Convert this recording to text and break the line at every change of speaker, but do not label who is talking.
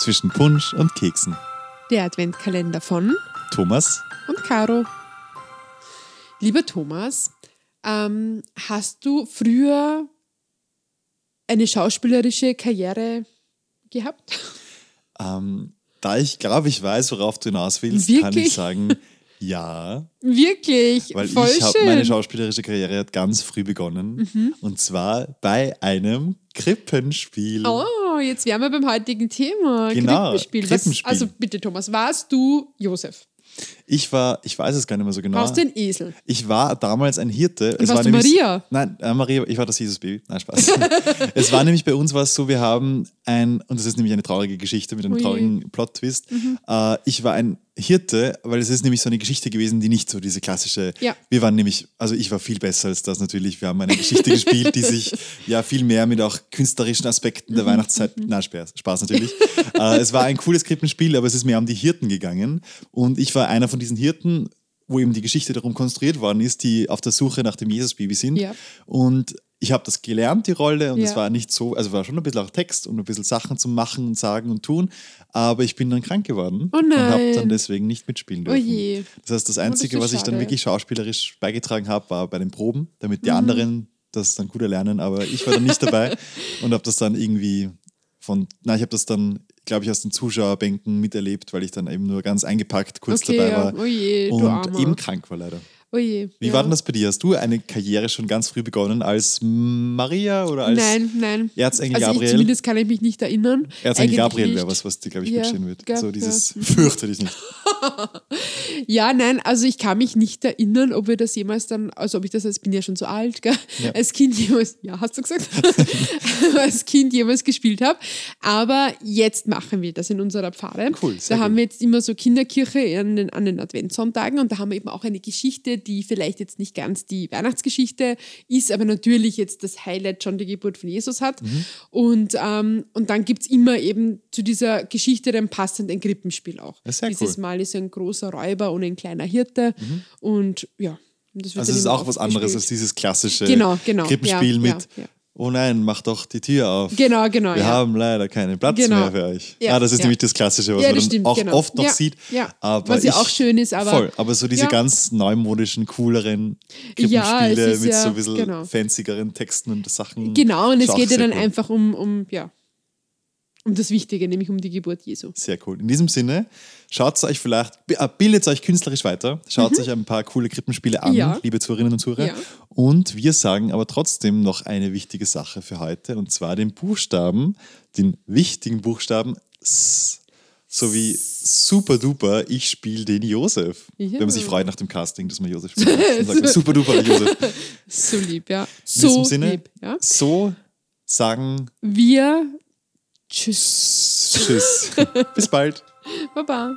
zwischen Punsch und Keksen.
Der Adventkalender von
Thomas,
und Caro. Lieber Thomas, ähm, hast du früher eine schauspielerische Karriere gehabt?
ähm, da ich glaube, ich weiß, worauf du hinaus willst, kann
Wirklich?
ich sagen, ja.
Wirklich,
Weil
voll
ich habe
schön. Mhm.
meine schauspielerische Karriere hat ganz früh begonnen. Und zwar bei einem Krippenspiel.
Oh, jetzt wären wir beim heutigen Thema.
Genau,
Krippenspiel. Was,
Krippenspiel.
also bitte, Thomas, warst du Josef?
Ich war, ich weiß es gar nicht mehr so genau.
Warst du ein Esel?
Ich war damals ein Hirte. Es
warst
war
du
nämlich,
Maria?
Nein, äh, Maria, ich war das Jesusbaby. Nein, Spaß. es war nämlich bei uns war es so, wir haben ein, und das ist nämlich eine traurige Geschichte mit einem
Ui.
traurigen Plot-Twist. Äh, ich war ein Hirte, weil es ist nämlich so eine Geschichte gewesen, die nicht so diese klassische.
Ja.
Wir waren nämlich, also ich war viel besser als das natürlich. Wir haben eine Geschichte gespielt, die sich ja viel mehr mit auch künstlerischen Aspekten der Weihnachtszeit. Na, Spaß, Spaß natürlich. äh, es war ein cooles Krippenspiel, aber es ist mir um die Hirten gegangen. Und ich war einer von diesen Hirten, wo eben die Geschichte darum konstruiert worden ist, die auf der Suche nach dem Jesusbaby sind.
Ja.
Und ich habe das gelernt, die Rolle, und
Ja.
es war nicht so, also war schon ein bisschen auch Text und ein bisschen Sachen zum Machen und Sagen und Tun, aber ich bin dann krank geworden
Oh
und habe
nein.
dann deswegen nicht mitspielen dürfen.
Oje.
Das heißt, das
das
Einzige,
ist
was ich dann
schade. Mhm.
wirklich schauspielerisch beigetragen habe, war bei den Proben, damit die anderen das dann gut erlernen, aber ich war dann nicht dabei und habe das dann irgendwie von, na, ich habe das dann, glaube ich, aus den Zuschauerbänken miterlebt, weil ich dann eben nur ganz eingepackt kurz
Okay,
dabei
ja.
war
Oh je, du
und
Armer.
eben krank war leider.
Oh je.
Wie
ja.
war denn das bei dir? Hast du eine Karriere schon ganz früh begonnen als Maria oder als
Nein, nein.
Erzengel
also Ich,
Gabriel?
zumindest kann ich mich nicht erinnern.
Erzengel
Eigentlich
Gabriel wäre
nicht.
was, was dir, glaube ich,
Ja,
gut stehen wird.
gab-
so dieses
ja.
fürchte dich nicht.
Ja, nein, also ich kann mich nicht erinnern, ob wir das jemals dann, also ob ich das, ich bin ja schon so alt, gell?
Ja.
als Kind jemals, ja, hast du gesagt, als Kind jemals gespielt habe. Aber jetzt machen wir das in unserer Pfarre.
Cool,
Da
sehr
haben
gut.
wir jetzt immer so Kinderkirche an den, an den Adventssonntagen und da haben wir eben auch eine Geschichte, die vielleicht jetzt nicht ganz die Weihnachtsgeschichte ist, aber natürlich jetzt das Highlight schon die Geburt von Jesus hat.
Mhm.
Und, ähm, und dann gibt es immer eben zu dieser Geschichte dann passend ein Krippenspiel auch.
Ja, sehr
Dieses
cool. Mhm.
Mal ist ein großer Räuber und ein kleiner Hirte. Und ja, und das
Also
wird dann
es ist
immer
auch was anderes als
aufgespielt.
dieses klassische
Genau, genau,
Krippenspiel
ja,
mit
ja, ja.
Oh nein, mach doch die Tür auf.
Genau, genau.
Wir
ja.
haben leider keinen Platz
Genau.
mehr für euch.
Ja,
ah, das ist
ja.
nämlich das Klassische, was
Ja,
man
das
dann
stimmt,
auch
genau.
oft noch
Ja,
sieht.
ja.
Aber
Was ja
ich,
auch schön ist, aber-
Voll, aber so diese
Ja.
ganz neumodischen, cooleren
Ja, es
Krippenspiele
ist
mit
ja-
so ein bisschen
genau.
fancyeren Texten und Sachen.
Genau, und
ist
es
auch
geht ja
sehr
dann
cool.
einfach um, um, ja, um das Wichtige, nämlich um die Geburt Jesu.
Sehr cool. In diesem Sinne, schaut euch vielleicht, b- äh, bildet euch künstlerisch weiter, schaut euch ein paar coole Krippenspiele an,
Mhm. Ja.
liebe Zuhörerinnen und Zuhörer.
Ja.
Und wir sagen aber trotzdem noch eine wichtige Sache für heute, und zwar den Buchstaben, den wichtigen Buchstaben S, sowie super duper, ich spiele den Josef.
Ja.
Wenn man sich freut nach dem Casting, dass man Josef spielt, dann sagt man super duper, Josef.
So lieb, ja.
In
So
diesem Sinne,
lieb, ja.
so sagen
Wir, tschüss,
Tschüss. Bis bald.
baba.